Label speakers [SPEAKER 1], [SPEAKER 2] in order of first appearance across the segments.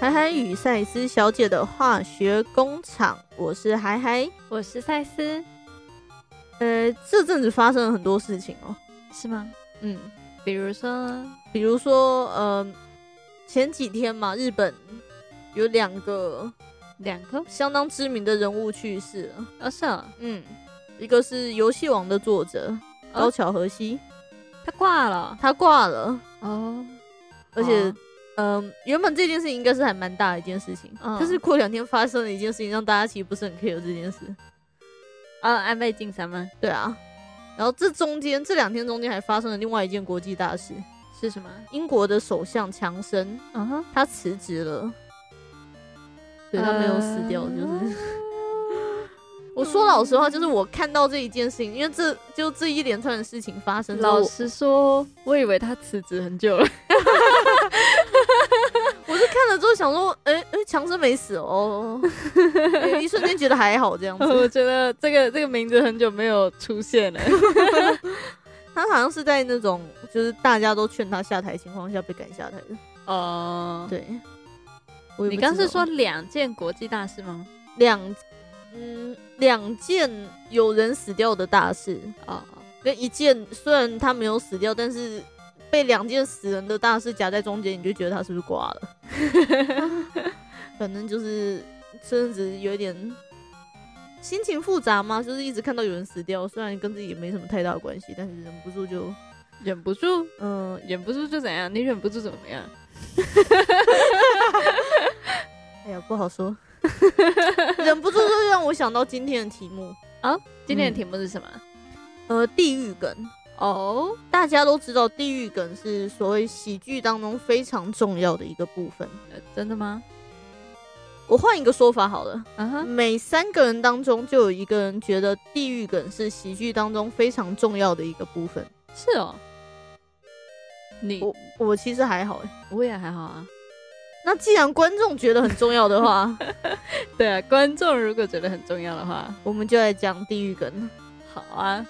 [SPEAKER 1] 海海与赛斯小姐的化学工厂，我是海海。
[SPEAKER 2] 我是赛斯，
[SPEAKER 1] 呃，这阵子发生了很多事情哦，
[SPEAKER 2] 是吗？
[SPEAKER 1] 嗯，
[SPEAKER 2] 比如说，
[SPEAKER 1] 比如说，呃，前几天嘛，日本有两个
[SPEAKER 2] 两个
[SPEAKER 1] 相当知名的人物去世了，
[SPEAKER 2] 哦，是哦，
[SPEAKER 1] 嗯，一个是《游戏王》的作者
[SPEAKER 2] 哦
[SPEAKER 1] 高桥和希，
[SPEAKER 2] 他挂了
[SPEAKER 1] 他挂了，
[SPEAKER 2] 哦，
[SPEAKER 1] 而且
[SPEAKER 2] 哦。
[SPEAKER 1] 嗯，原本这件事情应该是还蛮大的一件事情，
[SPEAKER 2] 嗯
[SPEAKER 1] 但是过两天发生了一件事情，让大家其实不是很 care 这件事。
[SPEAKER 2] 哦，安倍晋三吗？
[SPEAKER 1] 对啊，然后这中间这两天中间还发生了另外一件国际大事，
[SPEAKER 2] 是什么？
[SPEAKER 1] 英国的首相强生
[SPEAKER 2] 嗯哼，
[SPEAKER 1] 他辞职了，对他没有死掉，
[SPEAKER 2] 嗯
[SPEAKER 1] 就是。
[SPEAKER 2] 呃
[SPEAKER 1] 我说老实话，就是我看到这一件事情，因为这就这一连串的事情发生之后，
[SPEAKER 2] 老
[SPEAKER 1] 我
[SPEAKER 2] 实说，我以为他辞职很久 了。
[SPEAKER 1] 我是看了之后想说，哎、哎，强生没死 哦，诶一瞬间觉得还好这样子。
[SPEAKER 2] 哦我觉得这个这个名字很久没有出现了。
[SPEAKER 1] 他好像是在那种就是大家都劝他下台的情况下被赶下台的。
[SPEAKER 2] 哦，
[SPEAKER 1] 对，我也不
[SPEAKER 2] 你刚
[SPEAKER 1] 知
[SPEAKER 2] 是
[SPEAKER 1] 道
[SPEAKER 2] 说两件国际大事吗？
[SPEAKER 1] 两嗯两件有人死掉的大事，
[SPEAKER 2] 哦，
[SPEAKER 1] 跟一件虽然他没有死掉，但是被两件死人的大事夹在中间，你就觉得他是不是挂了？ 反正就是甚至有一点心情复杂嘛，就是一直看到有人死掉，虽然跟自己也没什么太大的关系，但是忍不住就
[SPEAKER 2] 忍不住，
[SPEAKER 1] 嗯、
[SPEAKER 2] 忍不住就怎样？你忍不住怎么样？
[SPEAKER 1] 哎呀不好说， 忍不住就让我想到今天的题目，
[SPEAKER 2] 今天的题目是什么？
[SPEAKER 1] 呃，地狱梗。
[SPEAKER 2] 哦，
[SPEAKER 1] 大家都知道，地狱梗是所谓喜剧当中非常重要的一个部分。
[SPEAKER 2] 呃真的吗？
[SPEAKER 1] 我换一个说法好了，
[SPEAKER 2] 啊哈，
[SPEAKER 1] 每三个人当中就有一个人觉得地狱梗是喜剧当中非常重要的一个部分。
[SPEAKER 2] 是哦。你
[SPEAKER 1] 我我其实还好欸，
[SPEAKER 2] 我也还好啊。
[SPEAKER 1] 那既然观众觉得很重要的话，
[SPEAKER 2] 对啊，观众如果觉得很重要的话，
[SPEAKER 1] 我们就来讲地狱梗，
[SPEAKER 2] 好啊，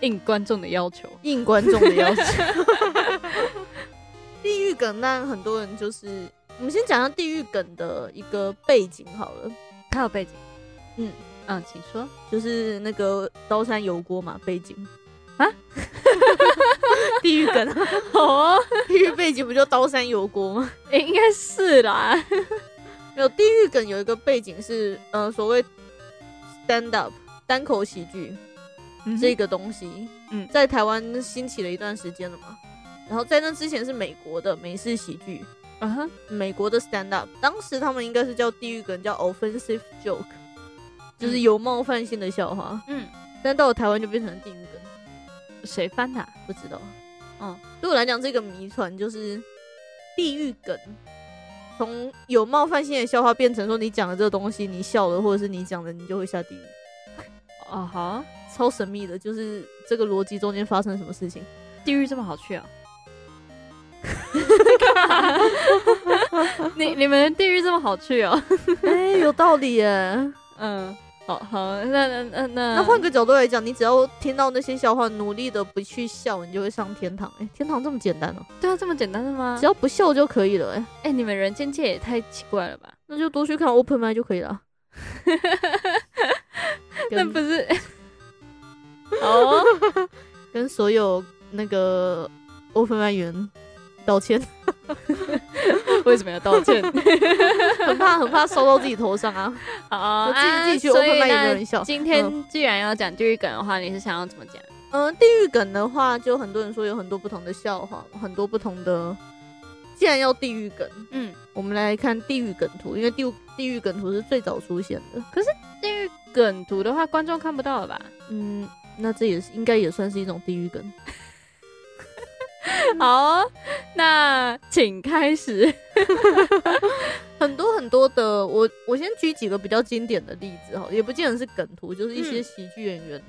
[SPEAKER 2] 应观众的要求。
[SPEAKER 1] 应观众的要求。地狱梗，那很多人就是，我们先讲一下地狱梗的一个背景好了。
[SPEAKER 2] 他有背景，
[SPEAKER 1] 嗯
[SPEAKER 2] 嗯，请说。
[SPEAKER 1] 就是那个刀山油锅嘛，背景
[SPEAKER 2] 啊，
[SPEAKER 1] 地狱梗，啊
[SPEAKER 2] 哦，
[SPEAKER 1] 地狱背景不就刀山油锅吗？
[SPEAKER 2] 应该是啦。
[SPEAKER 1] 没有，地狱梗有一个背景是，呃，所谓 stand up 单口喜剧这
[SPEAKER 2] 这
[SPEAKER 1] 个东西，
[SPEAKER 2] 嗯
[SPEAKER 1] 在台湾兴起了一段时间了嘛。然后在那之前是美国的美式喜剧，
[SPEAKER 2] 啊哈，
[SPEAKER 1] 美国的 stand up，当时他们应该是叫地狱梗，叫 offensive joke，就是有冒犯性的笑话。
[SPEAKER 2] 嗯，
[SPEAKER 1] 但到了台湾就变成了地狱梗。
[SPEAKER 2] 谁翻的啊？
[SPEAKER 1] 不知道。
[SPEAKER 2] 嗯，
[SPEAKER 1] 对我来讲，这个谜团就是地狱梗，从有冒犯性的笑话变成说你讲的这个东西，你笑了，或者是你讲的，你就会下地狱，
[SPEAKER 2] 哦好，
[SPEAKER 1] 超神秘的。就是这个逻辑中间发生了什么事情？
[SPEAKER 2] 地狱这么好去啊？ 你你们地狱这么好去哦？
[SPEAKER 1] 哎、有道理耶。
[SPEAKER 2] 嗯，好好，那那那那
[SPEAKER 1] 那换个角度来讲，你只要听到那些笑话，努力的不去笑，你就会上天堂。哎、天堂这么简单哦、
[SPEAKER 2] 对啊，这么简单的吗
[SPEAKER 1] 只？要不笑就可以了、哎，
[SPEAKER 2] 哎、你们人间界也太奇怪了吧？
[SPEAKER 1] 那就多去看 open m i 就可以 了。
[SPEAKER 2] 那
[SPEAKER 1] 跟
[SPEAKER 2] 不 是？哦，
[SPEAKER 1] 跟所有那个 open m i 员道 歉。
[SPEAKER 2] 为什么要道歉？
[SPEAKER 1] 很怕很怕烧到自己头上 啊！
[SPEAKER 2] 好，
[SPEAKER 1] 我自己
[SPEAKER 2] 啊
[SPEAKER 1] 自己去
[SPEAKER 2] 所
[SPEAKER 1] open
[SPEAKER 2] 以
[SPEAKER 1] mic 有没有
[SPEAKER 2] 那
[SPEAKER 1] 人笑
[SPEAKER 2] 今天既然要讲地狱梗的话，你是想要怎么讲？
[SPEAKER 1] 嗯，地狱梗的话，就很多人说有很多不同的笑话，很多不同的。既然要地狱梗，
[SPEAKER 2] 嗯，
[SPEAKER 1] 我们来看地狱梗图，因为地狱地狱梗图是最早出现的。
[SPEAKER 2] 地狱梗图的话，观众看不到了吧？
[SPEAKER 1] 嗯，那这也是应该也算是一种地狱梗。
[SPEAKER 2] 好哦，那请开始。
[SPEAKER 1] 很多很多的，我我先举几个比较经典的例子哈，也不见得是梗图，就是一些
[SPEAKER 2] 嗯
[SPEAKER 1] 喜剧演员、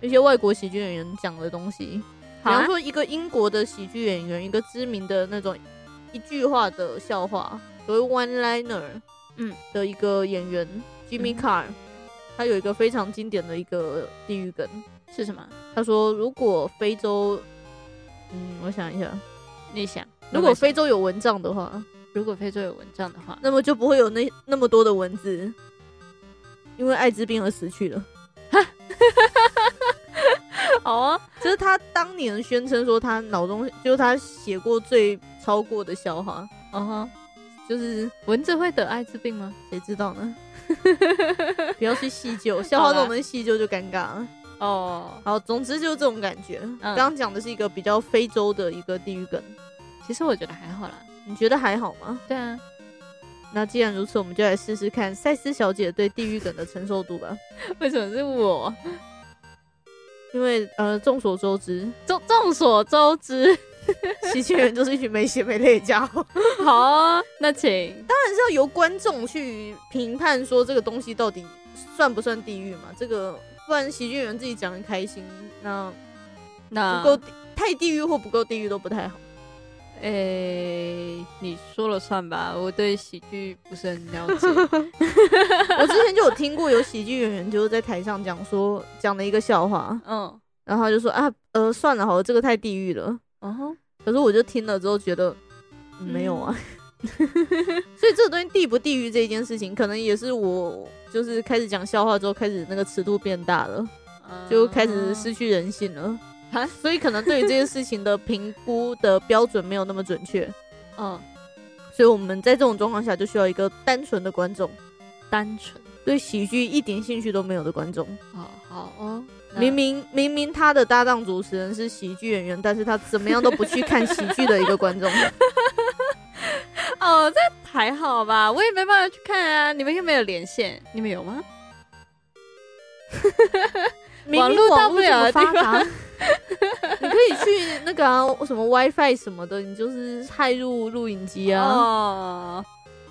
[SPEAKER 1] 一些外国喜剧演员讲的东西。比
[SPEAKER 2] 好
[SPEAKER 1] 方
[SPEAKER 2] 啊，
[SPEAKER 1] 说，一个英国的喜剧演员，一个知名的那种一句话的笑话，所谓 one liner，
[SPEAKER 2] 嗯，
[SPEAKER 1] 的一个演员 Jimmy
[SPEAKER 2] 嗯
[SPEAKER 1] Carr，、他有一个非常经典的一个地狱梗，
[SPEAKER 2] 是什么？
[SPEAKER 1] 他说：“如果非洲，嗯，我想一下，
[SPEAKER 2] 你想，
[SPEAKER 1] 如果非洲有蚊帐的话，
[SPEAKER 2] 如果非洲有蚊帐的话，
[SPEAKER 1] 那么就不会有那那么多的蚊子，因为艾滋病而死 去了。
[SPEAKER 2] 好啊，
[SPEAKER 1] 这是他当年宣称说他脑中就是他写过最超过的笑话，
[SPEAKER 2] 哦吼，
[SPEAKER 1] 就是
[SPEAKER 2] 蚊子会得艾滋病吗？
[SPEAKER 1] 谁知道呢？不要去细究，笑话这种东西细究就尴尬了。
[SPEAKER 2] 哦，
[SPEAKER 1] 好，总之就是这种感觉。刚
[SPEAKER 2] 嗯
[SPEAKER 1] 刚讲的是一个比较非洲的一个地域梗，
[SPEAKER 2] 其实我觉得还好啦。
[SPEAKER 1] 你觉得还好吗？
[SPEAKER 2] 对啊，
[SPEAKER 1] 那既然如此，我们就来试试看赛斯小姐对地域梗的承受度吧。
[SPEAKER 2] 为什么是我？
[SPEAKER 1] 因为呃，众所周知，
[SPEAKER 2] 众众所周知，
[SPEAKER 1] 喜剧人就是一群没血没泪的家伙。
[SPEAKER 2] 好啊，那请
[SPEAKER 1] 但是要由观众去评判说这个东西到底算不算地狱嘛？这个不然喜剧人自己讲的开心，那不
[SPEAKER 2] 那嗯
[SPEAKER 1] 够地、太地狱或不够地狱都不太好。
[SPEAKER 2] 诶、你说了算吧，我对喜剧不是很了 解。
[SPEAKER 1] 我之前就有听过有喜剧演员就是在台上讲说讲了一个笑话，
[SPEAKER 2] 嗯，
[SPEAKER 1] 然后他就说啊呃算了好了，这个太地狱了。
[SPEAKER 2] 哦吼，
[SPEAKER 1] 可是我就听了之后觉得、嗯没有啊， 所以这个东西地不地狱这一件事情，可能也是我就是开始讲笑话之后开始那个尺度变大了。就开始失去人性了。
[SPEAKER 2] 啊
[SPEAKER 1] 所以可能对于这件事情的评估的标准没有那么准确，
[SPEAKER 2] 嗯
[SPEAKER 1] 所以我们在这种状况下就需要一个单纯的观众，
[SPEAKER 2] 单纯。
[SPEAKER 1] 对喜剧一点兴趣都没有的观众。
[SPEAKER 2] 好好哦，那
[SPEAKER 1] 明明明明他的搭档主持人是喜剧演员，但是他怎么样都不去看喜剧的一个观 众。
[SPEAKER 2] 哦，这还好吧，我也没办法去看啊。你们又没有连线，你们有吗？
[SPEAKER 1] 明
[SPEAKER 2] 网
[SPEAKER 1] 明
[SPEAKER 2] 络到
[SPEAKER 1] 网
[SPEAKER 2] 不
[SPEAKER 1] 络这
[SPEAKER 2] 了
[SPEAKER 1] 么
[SPEAKER 2] 的地
[SPEAKER 1] 发
[SPEAKER 2] 方
[SPEAKER 1] 达， 你可以去那个、啊、什么 WiFi 什么的，你就是骇入录影机啊。
[SPEAKER 2] 哦，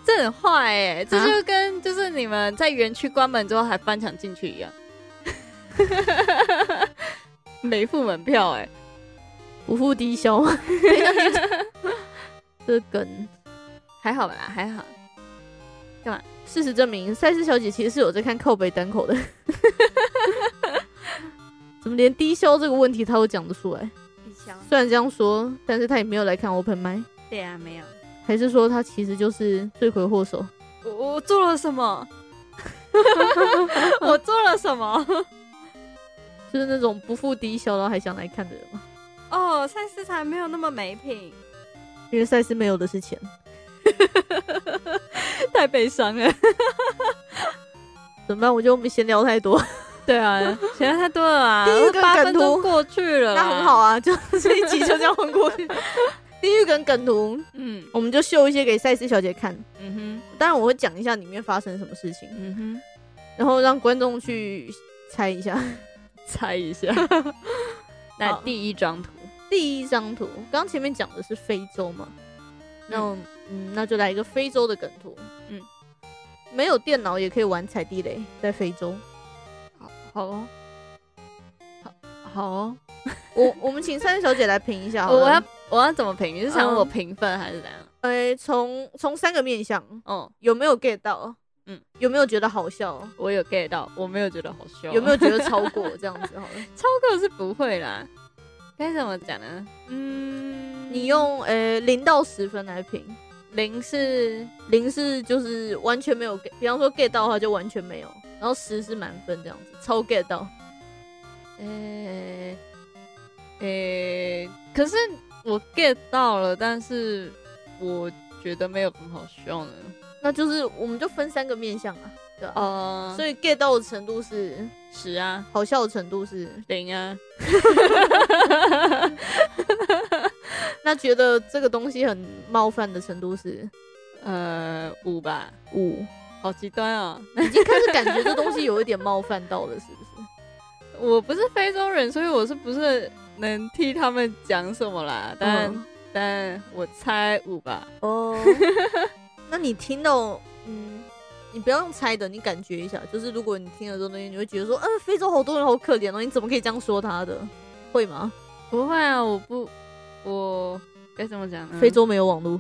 [SPEAKER 2] 这很坏哎，这就跟就是你们在园区关门之后还翻墙进去一样， 没付门票哎。
[SPEAKER 1] 不付低消 吗？这梗，
[SPEAKER 2] 还好吧，还好。
[SPEAKER 1] 事实证明，赛斯小姐其实是有在看靠北单口的。 怎么连低消这个问题她都讲得出来？
[SPEAKER 2] 一枪。
[SPEAKER 1] 虽然这样说，但是她也没有来看 open 麦，
[SPEAKER 2] 对啊，没有。
[SPEAKER 1] 还是说她其实就是罪魁祸首？
[SPEAKER 2] 我我做了什 么？我做了什么？
[SPEAKER 1] 就是那种不付低消然后还想来看的人吗？
[SPEAKER 2] 哦，赛斯才没有那么没品，
[SPEAKER 1] 因为赛斯没有的是钱。
[SPEAKER 2] 太悲伤了。
[SPEAKER 1] 怎么办？我觉得我们闲聊太 多，
[SPEAKER 2] 对啊，嫌太多了 啊，
[SPEAKER 1] 第一个
[SPEAKER 2] 八
[SPEAKER 1] 梗
[SPEAKER 2] 分
[SPEAKER 1] 图
[SPEAKER 2] 钟过去了，
[SPEAKER 1] 那很好。啊，就这一集就这样混过去。地狱梗梗图，
[SPEAKER 2] 嗯
[SPEAKER 1] 我们就秀一些给赛斯小姐看。
[SPEAKER 2] 嗯哼
[SPEAKER 1] 当然我会讲一下里面发生什么事情，
[SPEAKER 2] 嗯哼，
[SPEAKER 1] 然后让观众去猜一下。
[SPEAKER 2] 猜一下。 那
[SPEAKER 1] 好
[SPEAKER 2] 第一张图，
[SPEAKER 1] 第一张图，刚前面讲的是非洲嘛，那我嗯，那就来一个非洲的梗图。
[SPEAKER 2] 嗯，
[SPEAKER 1] 没有电脑也可以玩踩地雷，在非洲。
[SPEAKER 2] 好好哦，好好哦。
[SPEAKER 1] 我我们请三位小姐来评一下好
[SPEAKER 2] 我
[SPEAKER 1] 了，
[SPEAKER 2] 我要我要怎么评？你是想
[SPEAKER 1] 嗯
[SPEAKER 2] 我评分还是怎样？
[SPEAKER 1] 哎从从三个面向
[SPEAKER 2] 哦，
[SPEAKER 1] 有没有 get 到？
[SPEAKER 2] 嗯，
[SPEAKER 1] 有没有觉得好笑？
[SPEAKER 2] 我有 get 到，我没有觉得好笑。
[SPEAKER 1] 有没有觉得超过这样子？好了，
[SPEAKER 2] 超过是不会啦。该怎么讲呢？嗯，
[SPEAKER 1] 你用呃零到十分来评，
[SPEAKER 2] 零是
[SPEAKER 1] 零是就是完全没有 get，比方说 get 到的话就完全没有，然后十是满分这样子，超 get 到。
[SPEAKER 2] 呃呃、可是我 get 到了，但是我觉得没有很好笑呢。
[SPEAKER 1] 那就是我们就分三个面向啊，对吧、
[SPEAKER 2] 哦、
[SPEAKER 1] 所以 get 到的程度是
[SPEAKER 2] 十啊，
[SPEAKER 1] 好笑的程度是，
[SPEAKER 2] 零啊，
[SPEAKER 1] 那觉得这个东西很冒犯的程度是
[SPEAKER 2] 呃，五吧，
[SPEAKER 1] 五，
[SPEAKER 2] 好极端哦。
[SPEAKER 1] 已经开始感觉这东西有一点冒犯到了，是不是？
[SPEAKER 2] 我不是非洲人，所以我是不是能替他们讲什么啦？但、
[SPEAKER 1] 嗯
[SPEAKER 2] 但我猜五吧。
[SPEAKER 1] 哦，那你听到嗯，你不要用猜的，你感觉一下，就是如果你听了这种东西，你会觉得说，嗯、非洲好多人好可怜哦，你怎么可以这样说他的？会吗？
[SPEAKER 2] 不会啊，我不，我该怎么讲呢？
[SPEAKER 1] 非洲没有网 络，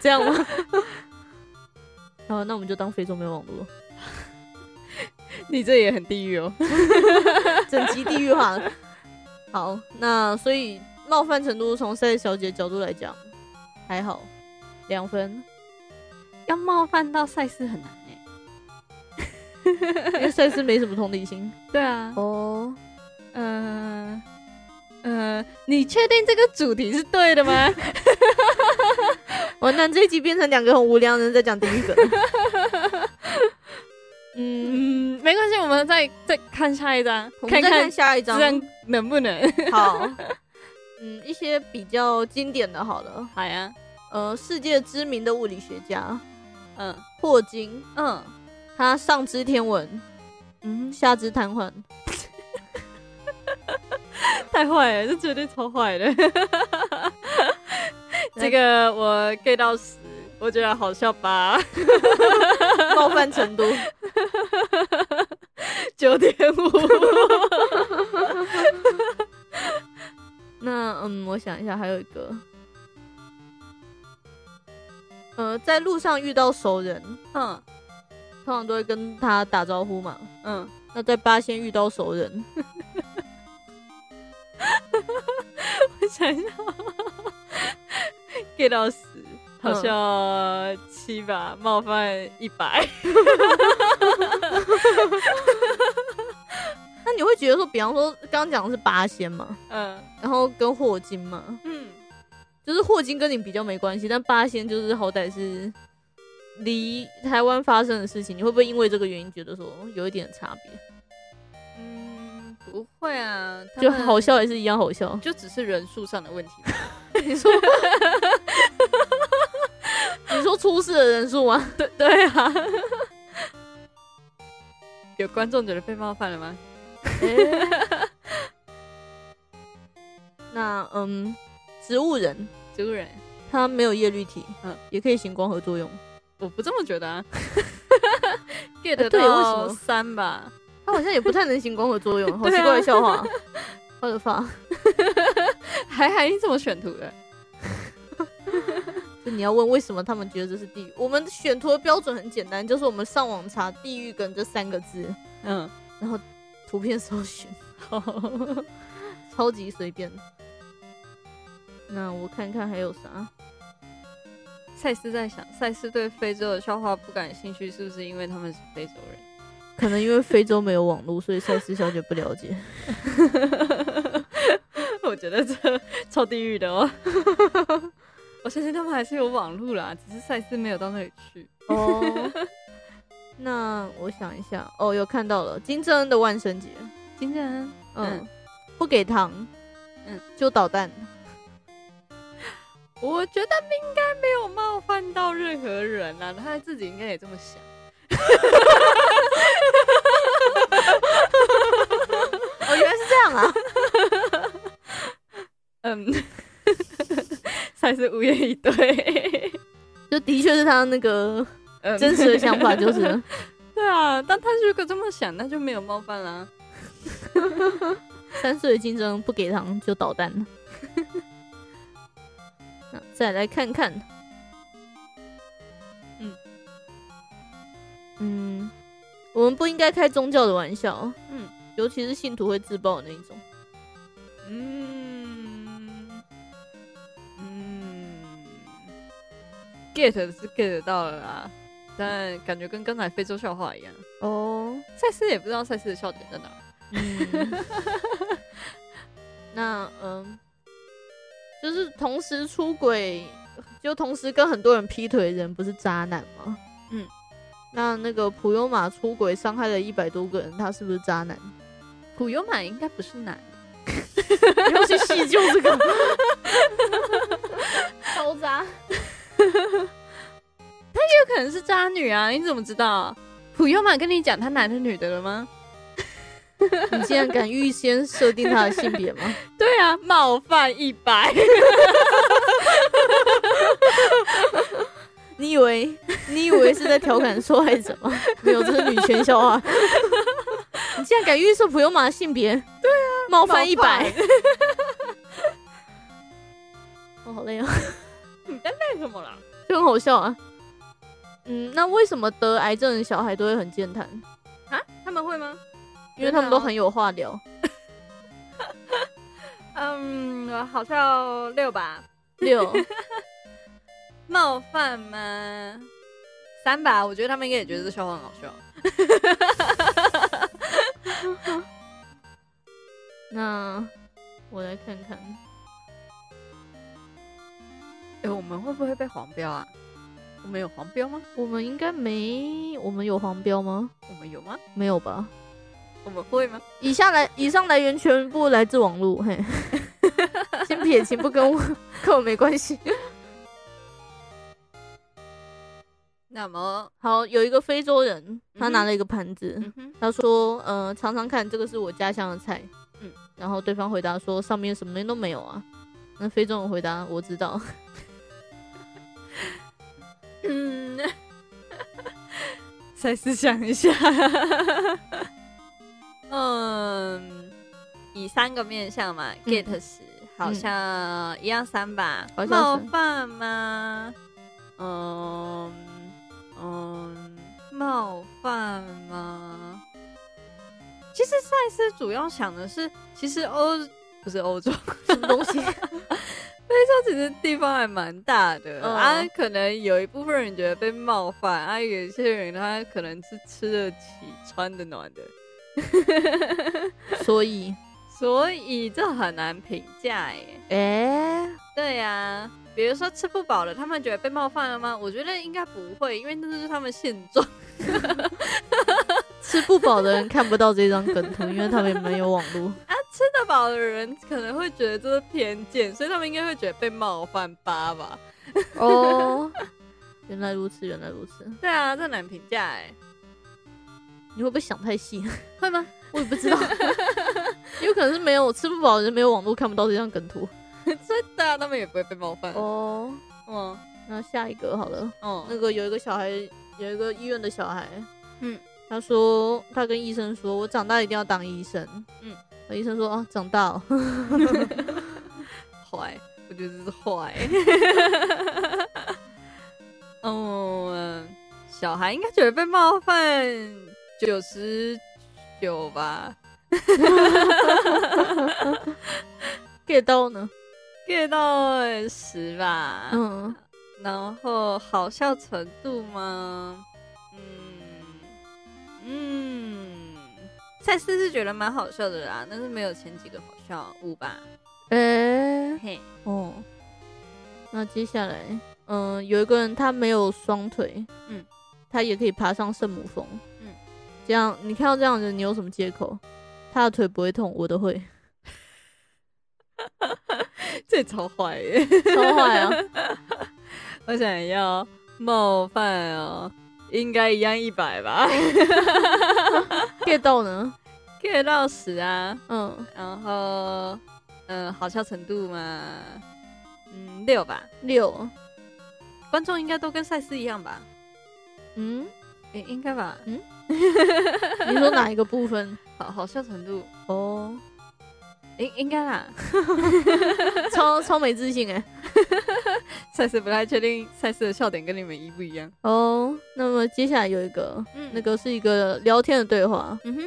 [SPEAKER 1] 这样 吗？好，那我们就当非洲没有网络，
[SPEAKER 2] 你这也很地狱哦。
[SPEAKER 1] 整集地狱化了。好，那所以冒犯程度从赛小姐角度来讲，还好，两分，
[SPEAKER 2] 要冒犯到赛斯很难
[SPEAKER 1] 因
[SPEAKER 2] 哎、
[SPEAKER 1] 为赛斯没什么同理心。
[SPEAKER 2] 对啊，
[SPEAKER 1] 哦，
[SPEAKER 2] 嗯、呃，你确定这个主题是对的 吗？
[SPEAKER 1] 完蛋，这一集变成两个很无聊的人在讲地 狱梗。嗯，
[SPEAKER 2] 嗯，没关系，我们再再看下一张，
[SPEAKER 1] 我
[SPEAKER 2] 看
[SPEAKER 1] 们再看下一张
[SPEAKER 2] 这。样能不能？
[SPEAKER 1] 好， 嗯，一些比较经典的，好了，
[SPEAKER 2] 好呀，
[SPEAKER 1] 呃，世界知名的物理学家
[SPEAKER 2] 嗯
[SPEAKER 1] 霍金，
[SPEAKER 2] 嗯
[SPEAKER 1] 他上知天文，
[SPEAKER 2] 嗯，
[SPEAKER 1] 下肢瘫 痪。
[SPEAKER 2] 太坏了，这绝对超坏 的。这个我 get 到十，我觉得好笑吧，
[SPEAKER 1] 冒犯程度。
[SPEAKER 2] 九点五。
[SPEAKER 1] 那嗯，我想一下，还有一个，呃，在路上遇到熟人，
[SPEAKER 2] 嗯
[SPEAKER 1] 通常都会跟他打招呼嘛。
[SPEAKER 2] 嗯，
[SPEAKER 1] 那在八仙遇到熟人，
[SPEAKER 2] 我想一下，get 到十，好
[SPEAKER 1] 嗯
[SPEAKER 2] 像七吧，冒犯一百。
[SPEAKER 1] 那你会觉得说，比方说刚刚讲的是八仙嘛，
[SPEAKER 2] 嗯
[SPEAKER 1] 然后跟霍金嘛，
[SPEAKER 2] 嗯
[SPEAKER 1] 就是霍金跟你比较没关系，但八仙就是好歹是离台湾发生的事情，你会不会因为这个原因觉得说有一点差别？
[SPEAKER 2] 嗯，不会啊，他
[SPEAKER 1] 就
[SPEAKER 2] 们
[SPEAKER 1] 好笑也是一样好笑。
[SPEAKER 2] 就只是人数上的问题吧。
[SPEAKER 1] 你说，你说出事的人数吗？
[SPEAKER 2] 对对啊，有观众觉得被冒犯了吗？
[SPEAKER 1] 那嗯，植物人
[SPEAKER 2] 植物人，
[SPEAKER 1] 它没有叶绿体，
[SPEAKER 2] 嗯
[SPEAKER 1] 也可以行光合作用。
[SPEAKER 2] 我不这么觉得啊。get
[SPEAKER 1] 哎对为什
[SPEAKER 2] 到
[SPEAKER 1] 么
[SPEAKER 2] 三吧，
[SPEAKER 1] 它好像也不太能行光合作 用，好奇
[SPEAKER 2] 对啊
[SPEAKER 1] 怪的笑话。我的发，
[SPEAKER 2] 还还你怎么选图的？
[SPEAKER 1] 就你要问为什么他们觉得这是地狱？我们选图的标准很简单，就是我们上网查“地狱梗”这三个字，
[SPEAKER 2] 嗯，
[SPEAKER 1] 图片搜寻，超级随便。那我看看还有啥？
[SPEAKER 2] 赛斯在想，赛斯对非洲的笑话不感兴趣，是不是因为他们是非洲人？
[SPEAKER 1] 可能因为非洲没有网络，所以赛斯小姐不了解。
[SPEAKER 2] 我觉得这超地狱的哦。 我相信他们还是有网路啦，只是赛斯没有到那里去。
[SPEAKER 1] 哦， 那我想一下，哦，有看到了金正恩的万圣节，
[SPEAKER 2] 金正恩，
[SPEAKER 1] 嗯，
[SPEAKER 2] 嗯
[SPEAKER 1] 不给糖，
[SPEAKER 2] 嗯
[SPEAKER 1] 嗯，就捣蛋，
[SPEAKER 2] 我觉得应该没有冒犯到任何人啦，他自己应该也这么 想。
[SPEAKER 1] 哦，原来是这样啊，
[SPEAKER 2] 嗯，才是无言以对。
[SPEAKER 1] 就的确是他那个
[SPEAKER 2] 嗯
[SPEAKER 1] 真实的想法，就是，
[SPEAKER 2] 对啊，但他如果这么想，那就没有冒犯啦。
[SPEAKER 1] 三岁的金正恩不给糖就捣蛋。 那再来看看，嗯嗯，我们不应该开宗教的玩笑，哦
[SPEAKER 2] 嗯
[SPEAKER 1] 尤其是信徒会自爆的那一种。
[SPEAKER 2] 嗯嗯，get 是 get 到了啦，但感觉跟刚才非洲笑话一样。
[SPEAKER 1] 哦，
[SPEAKER 2] 赛斯也不知道赛斯的笑点在哪。
[SPEAKER 1] 嗯，那嗯，就是同时出轨，就同时跟很多人劈腿的人不是渣男吗？
[SPEAKER 2] 嗯，
[SPEAKER 1] 那那个普悠玛出轨伤害了一百多个人，他是不是渣男？
[SPEAKER 2] 普悠玛应该不是男，
[SPEAKER 1] 你要去细究这个，超渣。
[SPEAKER 2] 有可能是渣女啊？你怎么知道？普悠玛跟你讲他男的女的了吗？
[SPEAKER 1] 你竟然敢预先设定他的性别吗？
[SPEAKER 2] 对啊，冒犯一百。
[SPEAKER 1] 你以为你以为是在调侃受害者 吗？没有，这是女权笑话。 你竟然敢预设普悠玛的性别？对啊，冒犯一百。我、好累哦，
[SPEAKER 2] 干什么啦？
[SPEAKER 1] 就很好笑啊。嗯，那为什么得癌症的小孩都会很健谈？
[SPEAKER 2] 啊， 他们会吗？
[SPEAKER 1] 因为他们都很有话聊。
[SPEAKER 2] 嗯，好像六吧。
[SPEAKER 1] 哦六，
[SPEAKER 2] 冒犯吗？三吧，我觉得他们应该也觉得这笑话很好笑。
[SPEAKER 1] 那我来看看，
[SPEAKER 2] 哎、我们会不会被黄标啊？我们有黄标吗？
[SPEAKER 1] 我们应该没，我们有黄标吗？
[SPEAKER 2] 我们有吗？
[SPEAKER 1] 没有吧？
[SPEAKER 2] 我们会吗？
[SPEAKER 1] 以下来，以上来源全部来自网络， 嘿，先撇清，不跟我 跟我没关系。
[SPEAKER 2] 那么，
[SPEAKER 1] 好，有一个非洲人，他拿了一个盘子，
[SPEAKER 2] 嗯哼，
[SPEAKER 1] 他说，呃，尝尝看，这个是我家乡的菜。
[SPEAKER 2] 嗯
[SPEAKER 1] 然后对方回答说，上面什么东西都没有啊。那非洲人回答，我知道。
[SPEAKER 2] 嗯，再思想一下。 嗯，以三个面向嘛、
[SPEAKER 1] 嗯
[SPEAKER 2] g e t 十好像一样三吧，
[SPEAKER 1] 好像
[SPEAKER 2] 冒
[SPEAKER 1] 是
[SPEAKER 2] 犯吗？嗯嗯，冒犯吗？其实赛斯主要想的是，其实欧不是欧洲，
[SPEAKER 1] 什么东西？
[SPEAKER 2] 其实地方还蛮大的、
[SPEAKER 1] 嗯
[SPEAKER 2] 啊，可能有一部分人觉得被冒犯，啊，有些人他可能是吃得起、穿得暖的，
[SPEAKER 1] 所以，
[SPEAKER 2] 所以这很难评价耶。
[SPEAKER 1] 哎、
[SPEAKER 2] 对呀、比如说吃不饱了，他们觉得被冒犯了吗？我觉得应该不会，因为那就是他们现状。
[SPEAKER 1] 吃不饱的人看不到这张梗图，因为他们也没有网络。
[SPEAKER 2] 吃得饱的人可能会觉得这是偏见，所以他们应该会觉得被冒犯吧吧？
[SPEAKER 1] 哦， 原来如此，原来如此。
[SPEAKER 2] 对啊，这很难评价哎，
[SPEAKER 1] 你会不会想太细？
[SPEAKER 2] 会吗？
[SPEAKER 1] 我也不 知道，有可能是没有吃不饱，人没有网络看不到这张梗图。
[SPEAKER 2] 真的、啊，他们也不会被冒犯。哦，
[SPEAKER 1] 哦，
[SPEAKER 2] 嗯
[SPEAKER 1] 那下一个好了。那
[SPEAKER 2] 嗯
[SPEAKER 1] 个有一个小孩，有一个医院的小孩，
[SPEAKER 2] 嗯，
[SPEAKER 1] 他说他跟医生说，我长大一定要当医生，
[SPEAKER 2] 嗯，
[SPEAKER 1] 那医生说啊，长大、哦，
[SPEAKER 2] 坏，我觉得这是坏。 嗯，小孩应该觉得被冒犯九十九吧
[SPEAKER 1] get 到呢，
[SPEAKER 2] ，get 到十吧。
[SPEAKER 1] 嗯，
[SPEAKER 2] 然后好笑程度吗？嗯嗯，赛斯是觉得蛮好笑的啦，但是没有前几个好笑，五吧。
[SPEAKER 1] 诶、
[SPEAKER 2] 嘿，
[SPEAKER 1] 哦，那接下来，嗯、有一个人他没有双腿，
[SPEAKER 2] 嗯，
[SPEAKER 1] 他也可以爬上圣母峰，
[SPEAKER 2] 嗯，
[SPEAKER 1] 这样你看到这样的人，你有什么借口？他的腿不会痛，我的 会，
[SPEAKER 2] 这超坏耶！
[SPEAKER 1] 超坏啊！
[SPEAKER 2] 我想要冒犯哦，应该一样一百吧
[SPEAKER 1] get 到呢，
[SPEAKER 2] ，get 到十啊，
[SPEAKER 1] 嗯，
[SPEAKER 2] 然后嗯，好笑程度嘛，嗯，六吧，
[SPEAKER 1] 六，
[SPEAKER 2] 观众应该都跟赛斯一样吧，
[SPEAKER 1] 嗯，
[SPEAKER 2] 诶、应该吧，
[SPEAKER 1] 你说哪一个部 分？
[SPEAKER 2] 好好笑程度，
[SPEAKER 1] 哦。
[SPEAKER 2] 应应该啦，
[SPEAKER 1] 超超没自信哎、
[SPEAKER 2] 赛斯不太确定赛斯的笑点跟你们一不一样，
[SPEAKER 1] 哦、那么接下来有一个，
[SPEAKER 2] 嗯
[SPEAKER 1] 那，个是一个聊天的对话，
[SPEAKER 2] 嗯哼，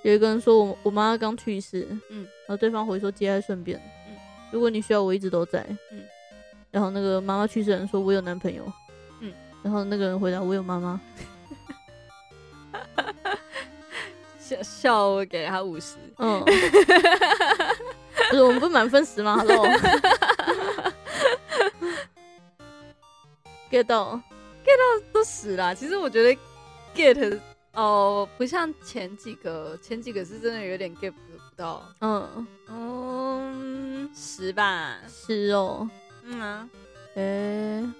[SPEAKER 1] 有一个人说我我妈刚去世，
[SPEAKER 2] 嗯
[SPEAKER 1] 然后对方回说节哀顺变，
[SPEAKER 2] 嗯
[SPEAKER 1] 如果你需要我一直都在，
[SPEAKER 2] 嗯
[SPEAKER 1] 然后那个妈妈去世的人说我有男朋友，
[SPEAKER 2] 嗯，
[SPEAKER 1] 然后那个人回答我有妈妈，
[SPEAKER 2] 笑笑我给他五十，
[SPEAKER 1] 嗯，不是我们不是满分十 吗？Hello。get 到，
[SPEAKER 2] 都十啦，其实我觉得 get 哦，不像前几个，前几个是真的有点 get 不到。
[SPEAKER 1] 嗯，
[SPEAKER 2] 嗯，十吧。
[SPEAKER 1] 是哦，
[SPEAKER 2] 嗯啊，
[SPEAKER 1] 诶、呃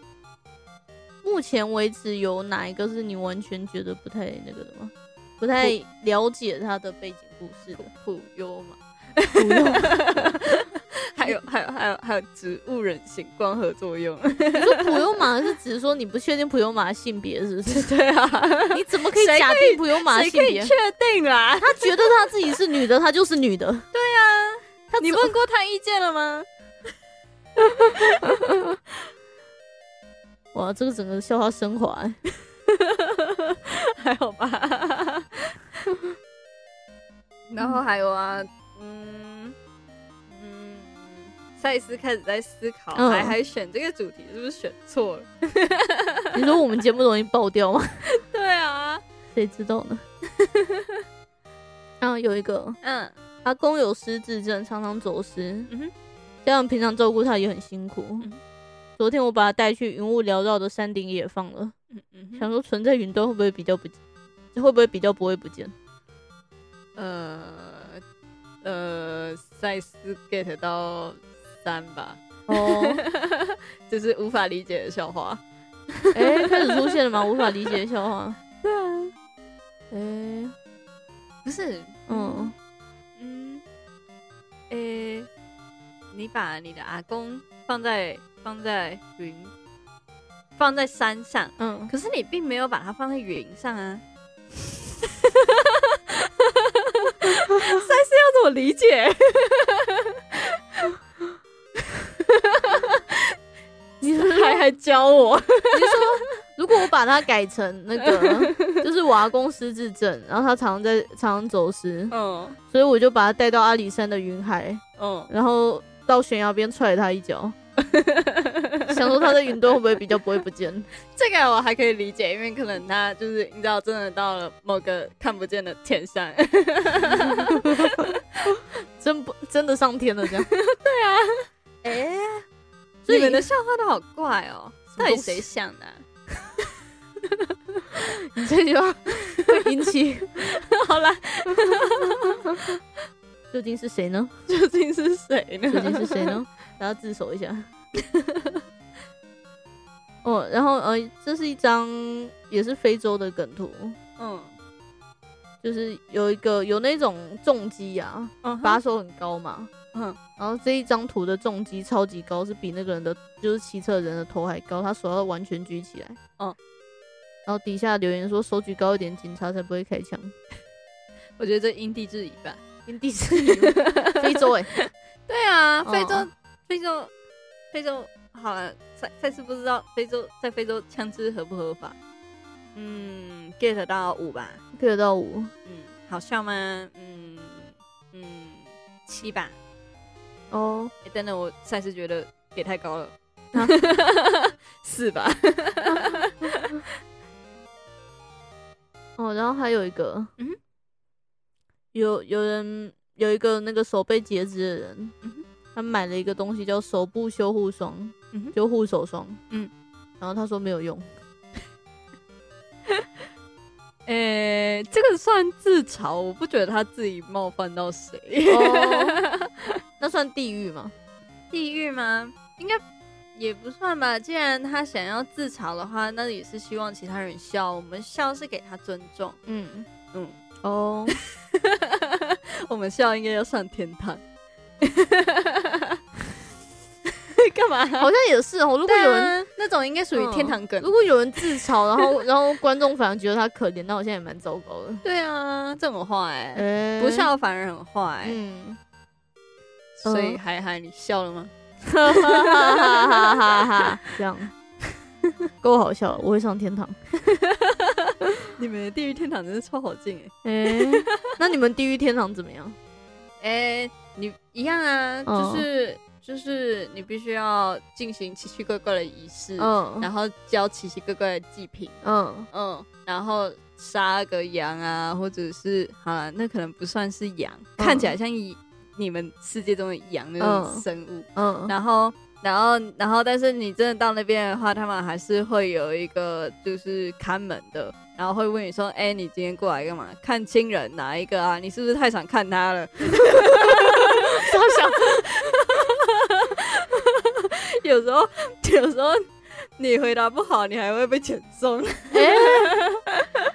[SPEAKER 1] 目前为止有哪一个是你完全觉得不太那个的吗？不太了解他的背景故事的？
[SPEAKER 2] 普优嘛，
[SPEAKER 1] 不用，
[SPEAKER 2] 还有还有还有还有植物人形光合作用。
[SPEAKER 1] 你说普悠玛是指说你不确定普悠玛的性别是不 是？
[SPEAKER 2] 对啊，
[SPEAKER 1] 你怎么可以
[SPEAKER 2] 谁可以
[SPEAKER 1] 假定普悠玛的
[SPEAKER 2] 谁
[SPEAKER 1] 性
[SPEAKER 2] 可以
[SPEAKER 1] 别？
[SPEAKER 2] 确定啊啦？
[SPEAKER 1] 他觉得他自己是女的，他就是女的。对啊，他
[SPEAKER 2] 你
[SPEAKER 1] 怎么
[SPEAKER 2] 问过他意见了吗？
[SPEAKER 1] 哇，这个整个笑话升华、欸。
[SPEAKER 2] 还好吧。 然后还有啊，嗯嗯，赛斯开始在思考，
[SPEAKER 1] 嗯
[SPEAKER 2] 还还选这个主题是不是选错了？
[SPEAKER 1] 你说我们节目容易爆掉吗？
[SPEAKER 2] 对啊，
[SPEAKER 1] 谁知道呢？ 然后有一个
[SPEAKER 2] 嗯
[SPEAKER 1] 阿公有失智症，常常走失，
[SPEAKER 2] 嗯哼
[SPEAKER 1] 家人平常照顾他也很辛苦。
[SPEAKER 2] 嗯
[SPEAKER 1] 昨天我把他带去云雾缭绕的山顶野放了，
[SPEAKER 2] 嗯嗯
[SPEAKER 1] 想
[SPEAKER 2] 哼，
[SPEAKER 1] 说存在云端会不会比较不，会不会比较不会不见？
[SPEAKER 2] 呃呃，赛斯 get 到三吧，
[SPEAKER 1] 哦，
[SPEAKER 2] 就是无法理解的笑话。
[SPEAKER 1] 哎、开始出现了吗？无法理解的笑 话。
[SPEAKER 2] 对啊，
[SPEAKER 1] 哎、
[SPEAKER 2] 不是，
[SPEAKER 1] 嗯，
[SPEAKER 2] 嗯，诶、你把你的阿公放在放在云，放在山上，
[SPEAKER 1] 嗯，
[SPEAKER 2] 可是你并没有把它放在云上啊。赛斯要怎么理解？
[SPEAKER 1] 你是
[SPEAKER 2] 还还教我？
[SPEAKER 1] 如果我把它改成那 个，就是我阿公失智症，然后他常常在常常走失，
[SPEAKER 2] 嗯
[SPEAKER 1] 所以我就把他带到阿里山的云海，
[SPEAKER 2] 嗯，
[SPEAKER 1] 然后到悬崖边踹了他一 脚，想说他在云端会不会比较不会不见？
[SPEAKER 2] 这个我还可以理解，因为可能他就是你知道，真的到了某个看不见的天山。
[SPEAKER 1] 真不真的上天了 这样？
[SPEAKER 2] 哎、
[SPEAKER 1] 所以
[SPEAKER 2] 你们的笑话都好怪哦，
[SPEAKER 1] 什么
[SPEAKER 2] 到底
[SPEAKER 1] 东西
[SPEAKER 2] 谁想 的啊、
[SPEAKER 1] 你这句话会引 起
[SPEAKER 2] 好啦，
[SPEAKER 1] 究竟是谁呢？
[SPEAKER 2] 究竟是谁呢？
[SPEAKER 1] 究竟是谁呢？大家自首一下。 哦，然后呃，这是一张也是非洲的梗图，
[SPEAKER 2] 嗯，
[SPEAKER 1] 就是有一个有那种重击啊，
[SPEAKER 2] 嗯哼
[SPEAKER 1] 把手很高嘛，
[SPEAKER 2] 嗯，
[SPEAKER 1] 然后这一张图的重击超级高，是比那个人的就是骑车的人的头还高，他手要完全举起来，
[SPEAKER 2] 嗯，
[SPEAKER 1] 然后底下留言说手举高一点，警察才不会开枪。
[SPEAKER 2] 我觉得这因地制宜吧。
[SPEAKER 1] 因地制宜，非洲哎、
[SPEAKER 2] 对啊，
[SPEAKER 1] 哦
[SPEAKER 2] 非洲，非洲，非洲，好了，赛赛斯不知道非洲在非洲枪支合不合法？嗯，get 到五吧。
[SPEAKER 1] 可以到五，
[SPEAKER 2] 嗯，好笑吗？嗯嗯，七吧。
[SPEAKER 1] 哦，
[SPEAKER 2] 诶等等，我赛斯觉得给太高了
[SPEAKER 1] 啊，
[SPEAKER 2] 四吧。
[SPEAKER 1] 哦，然后还有一个，
[SPEAKER 2] 嗯哼
[SPEAKER 1] 有有人有一个那个手被截肢的人，
[SPEAKER 2] 嗯哼
[SPEAKER 1] 他买了一个东西叫手部修护霜，
[SPEAKER 2] 嗯哼
[SPEAKER 1] 就护手霜，
[SPEAKER 2] 嗯，
[SPEAKER 1] 然后他说没有用，
[SPEAKER 2] 诶，这个算自嘲，我不觉得他自己冒犯到谁。
[SPEAKER 1] 哦那算地狱吗？
[SPEAKER 2] 地狱吗？应该也不算吧。既然他想要自嘲的话，那也是希望其他人笑。我们笑是给他尊重，
[SPEAKER 1] 嗯
[SPEAKER 2] 嗯，
[SPEAKER 1] 哦，
[SPEAKER 2] 我们笑应该要上天堂。 干嘛？
[SPEAKER 1] 好像也是哦。如果
[SPEAKER 2] 对
[SPEAKER 1] 有人、
[SPEAKER 2] 啊，那种应该属于天堂梗。
[SPEAKER 1] 如果有人自嘲，然后 然后观众反而觉得他可怜，那我现在也蛮糟糕的。
[SPEAKER 2] 对啊，这么坏、
[SPEAKER 1] 哎、
[SPEAKER 2] 不，笑反而很坏、
[SPEAKER 1] 嗯，
[SPEAKER 2] 所以
[SPEAKER 1] 嗯
[SPEAKER 2] 海海，你笑了吗？
[SPEAKER 1] 哈哈哈哈哈哈， 这样够好笑了，我会上天堂。
[SPEAKER 2] 你们的地狱天堂真是超好进哎、
[SPEAKER 1] 哎、那你们地狱天堂怎么样？
[SPEAKER 2] 哎、你一样啊，
[SPEAKER 1] 哦
[SPEAKER 2] 就是、就是你必须要进行奇奇怪怪的仪式，
[SPEAKER 1] 嗯
[SPEAKER 2] 然后交奇奇怪怪的祭品，
[SPEAKER 1] 嗯，
[SPEAKER 2] 嗯，然后杀个羊啊，或者是好了，那可能不算是羊，
[SPEAKER 1] 嗯
[SPEAKER 2] 看起来像一你们世界中的羊那种
[SPEAKER 1] 嗯
[SPEAKER 2] 生物，
[SPEAKER 1] 嗯，
[SPEAKER 2] 然后。然后，然后，但是你真的到那边的话，他们还是会有一个就是看门的，然后会问你说：“哎，你今天过来干嘛？看亲人哪一个啊？你是不是太想看他了？”
[SPEAKER 1] 超 想，
[SPEAKER 2] 有时候， 有时候你回答不好，你还会被遣送，
[SPEAKER 1] 哎、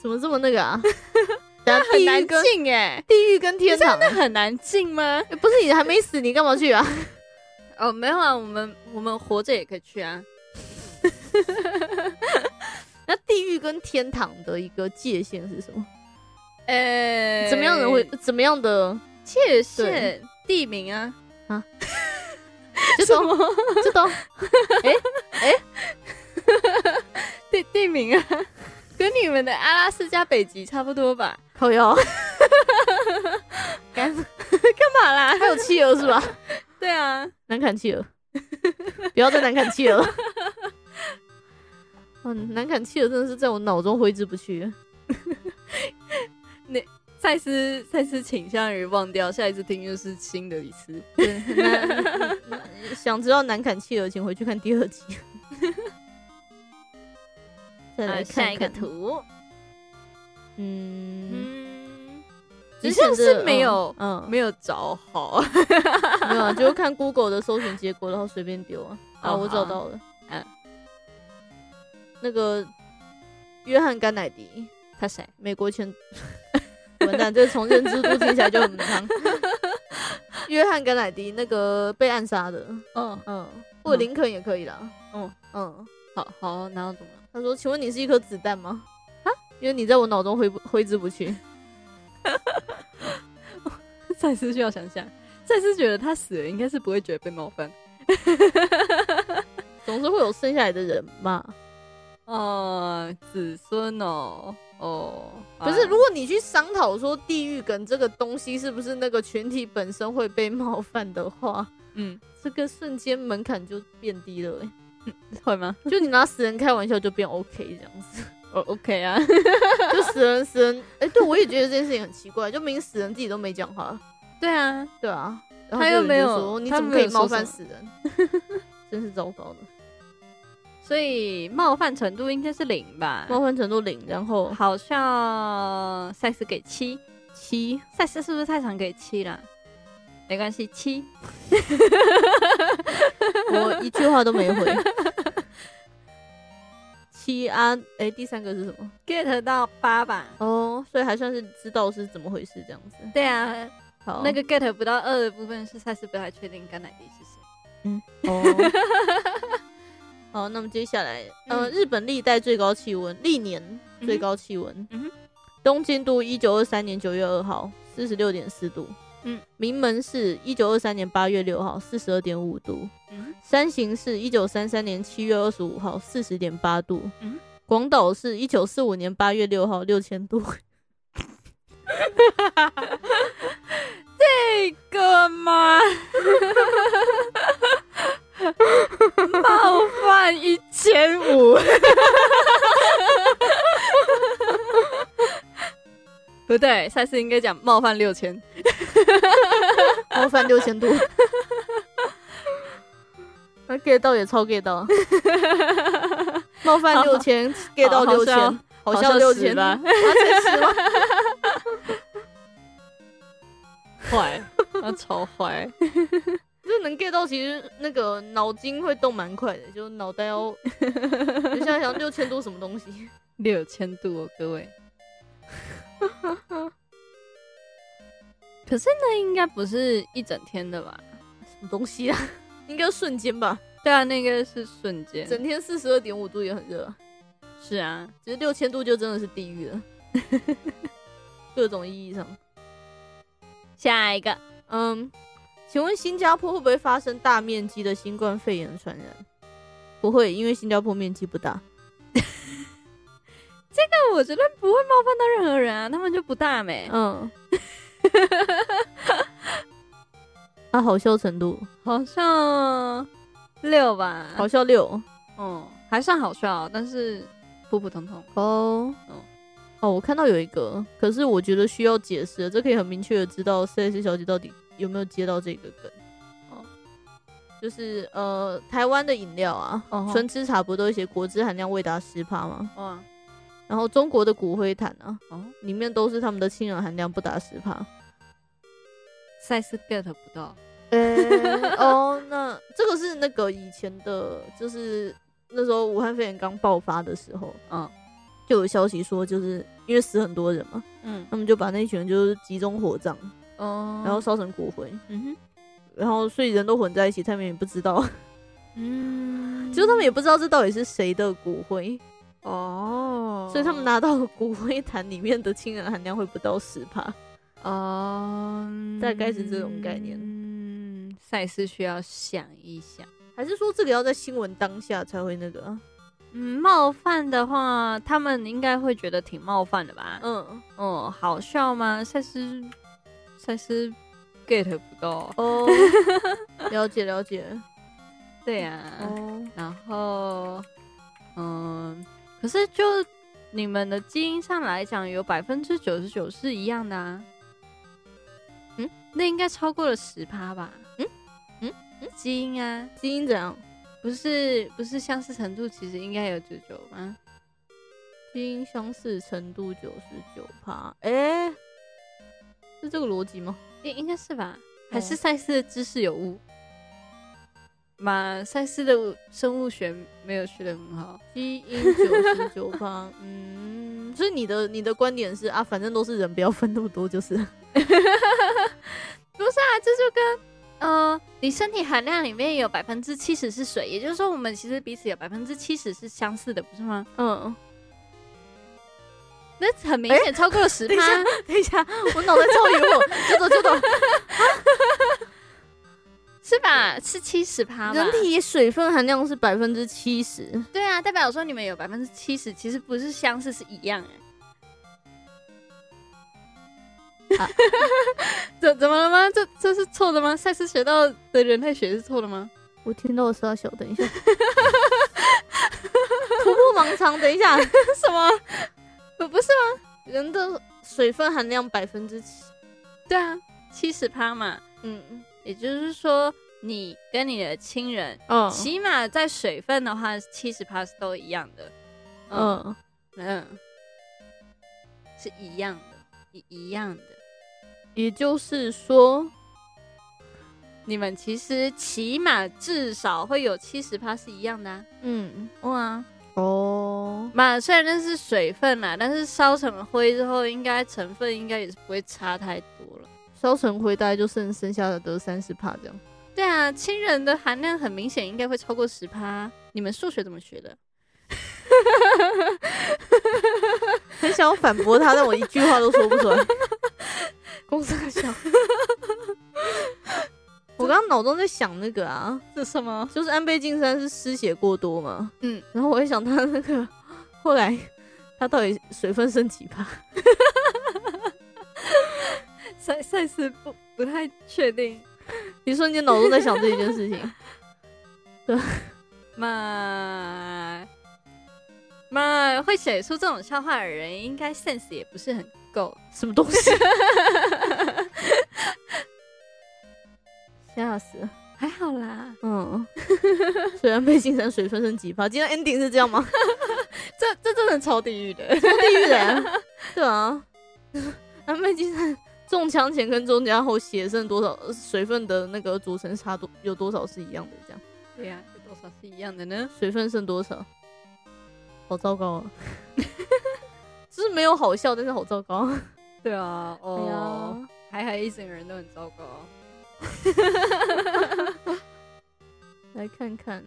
[SPEAKER 1] 怎么这么那个啊？等下
[SPEAKER 2] 很
[SPEAKER 1] 地
[SPEAKER 2] 难
[SPEAKER 1] 狱跟
[SPEAKER 2] 进哎、
[SPEAKER 1] 地狱跟天堂、
[SPEAKER 2] 那很难进吗？
[SPEAKER 1] 哎不是你还没死，你干嘛去啊？
[SPEAKER 2] 哦，没有啊，我们我们活着也可以去啊。
[SPEAKER 1] 那地狱跟天堂的一个界限是什么？
[SPEAKER 2] 呃、
[SPEAKER 1] 怎么样人会怎么样的？
[SPEAKER 2] 界限
[SPEAKER 1] 对
[SPEAKER 2] 地名啊？
[SPEAKER 1] 就都就都
[SPEAKER 2] 地地名啊，跟你们的阿拉斯加北极差不多吧？
[SPEAKER 1] 靠腰，
[SPEAKER 2] 干嘛啦？
[SPEAKER 1] 还有企鹅是吧？
[SPEAKER 2] 对啊，
[SPEAKER 1] 难砍企鹅，不要再难砍企鹅了。 嗯，难砍企鹅真的是在我脑中挥之不去。
[SPEAKER 2] 赛斯赛斯倾向于忘掉，下一次听又是新的一次。
[SPEAKER 1] 想知道难砍企鹅，请回去看第 二集。再来
[SPEAKER 2] 啊
[SPEAKER 1] 看
[SPEAKER 2] 下一个
[SPEAKER 1] 看，
[SPEAKER 2] 图，
[SPEAKER 1] 嗯，
[SPEAKER 2] 嗯，
[SPEAKER 1] 之
[SPEAKER 2] 只
[SPEAKER 1] 前
[SPEAKER 2] 像
[SPEAKER 1] 的
[SPEAKER 2] 是没有、
[SPEAKER 1] 嗯，
[SPEAKER 2] 没有找好，
[SPEAKER 1] 没有啊，就是看 Google 的搜寻结果，然后随便丢啊。啊，
[SPEAKER 2] 哦
[SPEAKER 1] 我找到了，
[SPEAKER 2] 嗯，
[SPEAKER 1] 那个约翰甘乃迪，
[SPEAKER 2] 他谁？
[SPEAKER 1] 美国前，完蛋，这重建之都听起来就很长。 约翰甘乃迪那个被暗杀的，
[SPEAKER 2] 嗯，
[SPEAKER 1] 嗯，或者林肯也可以啦，
[SPEAKER 2] 嗯
[SPEAKER 1] 嗯，
[SPEAKER 2] 好好，然后怎么了？
[SPEAKER 1] 他说：“请问你是一颗子弹吗？”啊，因为你在我脑中挥不挥之不去。
[SPEAKER 2] 赛斯需要想想，赛斯觉得他死了应该是不会觉得被冒犯。
[SPEAKER 1] 总是会有剩下来的人嘛。
[SPEAKER 2] 哦，子孙哦，哦，
[SPEAKER 1] 不是，
[SPEAKER 2] 啊
[SPEAKER 1] 如果你去商讨说地狱梗这个东西是不是那个群体本身会被冒犯的话，
[SPEAKER 2] 嗯
[SPEAKER 1] 这个瞬间门槛就变低了、欸，
[SPEAKER 2] 会吗？
[SPEAKER 1] 就你拿死人开玩笑就变 OK 这样子。
[SPEAKER 2] 哦，OK 啊，
[SPEAKER 1] 就死人死人，哎、对我也觉得这件事情很奇怪，就明明死人自己都没讲话，
[SPEAKER 2] 对啊，
[SPEAKER 1] 对啊，然后
[SPEAKER 2] 他
[SPEAKER 1] 就
[SPEAKER 2] 又
[SPEAKER 1] 人
[SPEAKER 2] 没
[SPEAKER 1] 就
[SPEAKER 2] 有
[SPEAKER 1] 说你
[SPEAKER 2] 他
[SPEAKER 1] 怎么
[SPEAKER 2] 没
[SPEAKER 1] 可以
[SPEAKER 2] 有说
[SPEAKER 1] 冒犯
[SPEAKER 2] 什
[SPEAKER 1] 死人， 真是糟糕的，
[SPEAKER 2] 所以冒犯程度应该是零吧？
[SPEAKER 1] 冒犯程度零，然后
[SPEAKER 2] 好像赛斯给七，
[SPEAKER 1] 七，
[SPEAKER 2] 赛斯是不是太常给七了？没关系，七。
[SPEAKER 1] 我一句话都没回。 七啊，哎、第三个是什么？
[SPEAKER 2] get 到八吧。
[SPEAKER 1] 哦，所以还算是知道是怎么回事这样子。
[SPEAKER 2] 对啊，
[SPEAKER 1] 好，
[SPEAKER 2] 那个 get 不到二的部分是赛斯不太确定甘乃迪是谁。
[SPEAKER 1] 哦， 好，那么接下来，呃，
[SPEAKER 2] 嗯
[SPEAKER 1] 日本历代最高气温，历年最高气温，
[SPEAKER 2] 嗯哼
[SPEAKER 1] 东京都一九二三年九月二号四十六点四度，
[SPEAKER 2] 嗯，
[SPEAKER 1] 名门市一九二三年八月六号四十二点五度，
[SPEAKER 2] 嗯
[SPEAKER 1] 山形市一九三三年七月二十五号四十点八度，
[SPEAKER 2] 嗯
[SPEAKER 1] 广岛市一九四五年八月六号六千 度，
[SPEAKER 2] 这个 吗？冒犯一千五，不对，赛斯应该讲冒犯六千。
[SPEAKER 1] 冒犯哦六 千度。那啊 get 到也超 get 到，冒犯六千，get 到
[SPEAKER 2] 好
[SPEAKER 1] 六
[SPEAKER 2] 好
[SPEAKER 1] 千
[SPEAKER 2] 像，
[SPEAKER 1] 好
[SPEAKER 2] 好
[SPEAKER 1] 像
[SPEAKER 2] 像
[SPEAKER 1] 六
[SPEAKER 2] 是
[SPEAKER 1] 千
[SPEAKER 2] 吧
[SPEAKER 1] 才十吗？
[SPEAKER 2] 坏，他超坏。
[SPEAKER 1] 就能 get 到，其实那个脑筋会动蛮快的，就脑袋 要，就想想六千度什么东西。
[SPEAKER 2] 六千度哦，各位。可是那应该不是一整天的吧？
[SPEAKER 1] 什么东西啊？应该瞬间吧，
[SPEAKER 2] 对啊，那个是瞬间。
[SPEAKER 1] 整天四十二点五度也很热啊，
[SPEAKER 2] 是啊，
[SPEAKER 1] 只是六千度就真的是地狱了， 各种意义上。
[SPEAKER 2] 下一个
[SPEAKER 1] 嗯，请问新加坡会不会发生大面积的新冠肺炎传染？不会，因为新加坡面积不大。
[SPEAKER 2] 那我觉得不会冒犯到任何人啊，他们就不大美。
[SPEAKER 1] 嗯，啊，好笑程度，
[SPEAKER 2] 好像六吧，
[SPEAKER 1] 好笑六
[SPEAKER 2] 嗯，还算好笑，但是普普通通。
[SPEAKER 1] 哦
[SPEAKER 2] 嗯
[SPEAKER 1] 哦，我看到有一个，可是我觉得需要解释的，这可以很明确的知道 C S 小姐到底有没有接到这个梗。
[SPEAKER 2] 哦
[SPEAKER 1] 就是呃，台湾的饮料啊
[SPEAKER 2] 哦吼
[SPEAKER 1] 纯吃茶不都写果汁含量未达十帕吗？
[SPEAKER 2] 哇
[SPEAKER 1] 然后中国的骨灰坛啊，
[SPEAKER 2] 哦，
[SPEAKER 1] 里面都是他们的亲人含量不达十帕。
[SPEAKER 2] 赛斯 get 不到。
[SPEAKER 1] 呃、哦，那这个是那个以前的，就是那时候武汉肺炎刚爆发的时候，
[SPEAKER 2] 嗯
[SPEAKER 1] 就有消息说，就是因为死很多人嘛，
[SPEAKER 2] 嗯
[SPEAKER 1] 他们就把那群人就是集中火葬，
[SPEAKER 2] 哦，
[SPEAKER 1] 然后烧成骨灰，
[SPEAKER 2] 嗯
[SPEAKER 1] 然后所以人都混在一起，他们也不知道，
[SPEAKER 2] 哼 嗯，
[SPEAKER 1] 就是他们也不知道这到底是谁的骨灰，
[SPEAKER 2] 哦，
[SPEAKER 1] 所以他们拿到骨灰坛里面的亲人含量会不到十帕。
[SPEAKER 2] 哦，
[SPEAKER 1] 大概是这种概念
[SPEAKER 2] 嗯，赛事需要想一想。
[SPEAKER 1] 还是说这个要在新闻当下才会那个、啊？
[SPEAKER 2] 嗯，冒犯的话，他们应该会觉得挺冒犯的吧？嗯，
[SPEAKER 1] 嗯，
[SPEAKER 2] 好笑吗？赛斯，赛斯 get 不到。
[SPEAKER 1] 哦，了解了解，
[SPEAKER 2] 对啊，
[SPEAKER 1] 哦，
[SPEAKER 2] 然后，嗯，可是就你们的基因上来讲，有百分之九十九是一样的啊。嗯，那应该超过了十趴吧？
[SPEAKER 1] 嗯嗯
[SPEAKER 2] 嗯，基因啊，
[SPEAKER 1] 基因怎样？
[SPEAKER 2] 不是不是相似程度，其实应该有九九吗？
[SPEAKER 1] 基因相似程度九十九趴，哎、是这个逻辑吗？
[SPEAKER 2] 应应该是吧？还是赛斯的知识有误？嘛，赛斯的生物学没有学的很好。
[SPEAKER 1] 基因九十九趴， 嗯，所以你的你的观点是啊，反正都是人，不要分那么多，就是了
[SPEAKER 2] 不是啊，这就跟 呃，你身体含量里面有百分之七十是水，也就是说，我们其实彼此有百分之七十是相似的，不是吗？
[SPEAKER 1] 嗯。哎
[SPEAKER 2] 那很明显超过了 十
[SPEAKER 1] 等一下
[SPEAKER 2] 趴，，
[SPEAKER 1] 等一下，我脑袋超晕， 我就走就走。
[SPEAKER 2] 是吧？是七十趴吧？
[SPEAKER 1] 人体水分含量是百分之七十，
[SPEAKER 2] 对啊，代表说你们有百分之七十，其实不是相似，是一样哎、
[SPEAKER 1] 啊
[SPEAKER 2] 欸 怎怎么了吗？这这是错的吗？赛斯学到的人类学是错的吗？
[SPEAKER 1] 我听到的是要小，等一下， 突破盲肠，等一下，
[SPEAKER 2] 什么？不不是吗？
[SPEAKER 1] 人的水分含量百分之七，
[SPEAKER 2] 对啊，七十趴嘛。
[SPEAKER 1] 嗯
[SPEAKER 2] 也就是说，你跟你的亲人，
[SPEAKER 1] 嗯
[SPEAKER 2] 起码在水分的话，七十趴是都一样的。嗯
[SPEAKER 1] 嗯，
[SPEAKER 2] 嗯是一样的，一一样的。
[SPEAKER 1] 也就是说，
[SPEAKER 2] 你们其实起码至少会有七十趴是一样的、啊。
[SPEAKER 1] 嗯，
[SPEAKER 2] 哇，
[SPEAKER 1] 哦，
[SPEAKER 2] 嘛，虽然那是水分啦，但是烧成灰之后，应该成分应该也是不会差太多了。
[SPEAKER 1] 烧成灰大概就剩剩下的得三十帕这样。
[SPEAKER 2] 对啊，亲人的含量很明显应该会超过十趴。你们数学怎么学的？
[SPEAKER 1] 很想要反驳他，但我一句话都说不出来。公司笑。 我刚刚脑中在想那个啊，
[SPEAKER 2] 这什么？
[SPEAKER 1] 就是安倍晋三是失血过多嘛，
[SPEAKER 2] 嗯，
[SPEAKER 1] 然后我在想他那个后来他到底水分剩几帕？
[SPEAKER 2] 赛赛斯不不太确定。
[SPEAKER 1] 一瞬间脑中在想这一件事 情。
[SPEAKER 2] 嘛嘛，会写出这种笑话的人，应该 sense 也不是很够。
[SPEAKER 1] 什么东 西？吓死了！
[SPEAKER 2] 还好啦，
[SPEAKER 1] 嗯， 虽然被晋山水分剩几趴，今天 ending 是这样吗？
[SPEAKER 2] 这这真的超地狱的。
[SPEAKER 1] 超地狱人， 对啊，安倍晋三中枪前跟中枪后血剩多少水分的那个组成差多有多少是一样的？这样
[SPEAKER 2] 对呀、有多少是一样的呢？
[SPEAKER 1] 水分剩多少？好糟糕啊！ 就是没有好笑，但是好糟糕。
[SPEAKER 2] 对啊，
[SPEAKER 1] 哎
[SPEAKER 2] 哦，
[SPEAKER 1] 呀，
[SPEAKER 2] 还还一整个人都很糟糕。
[SPEAKER 1] 来看看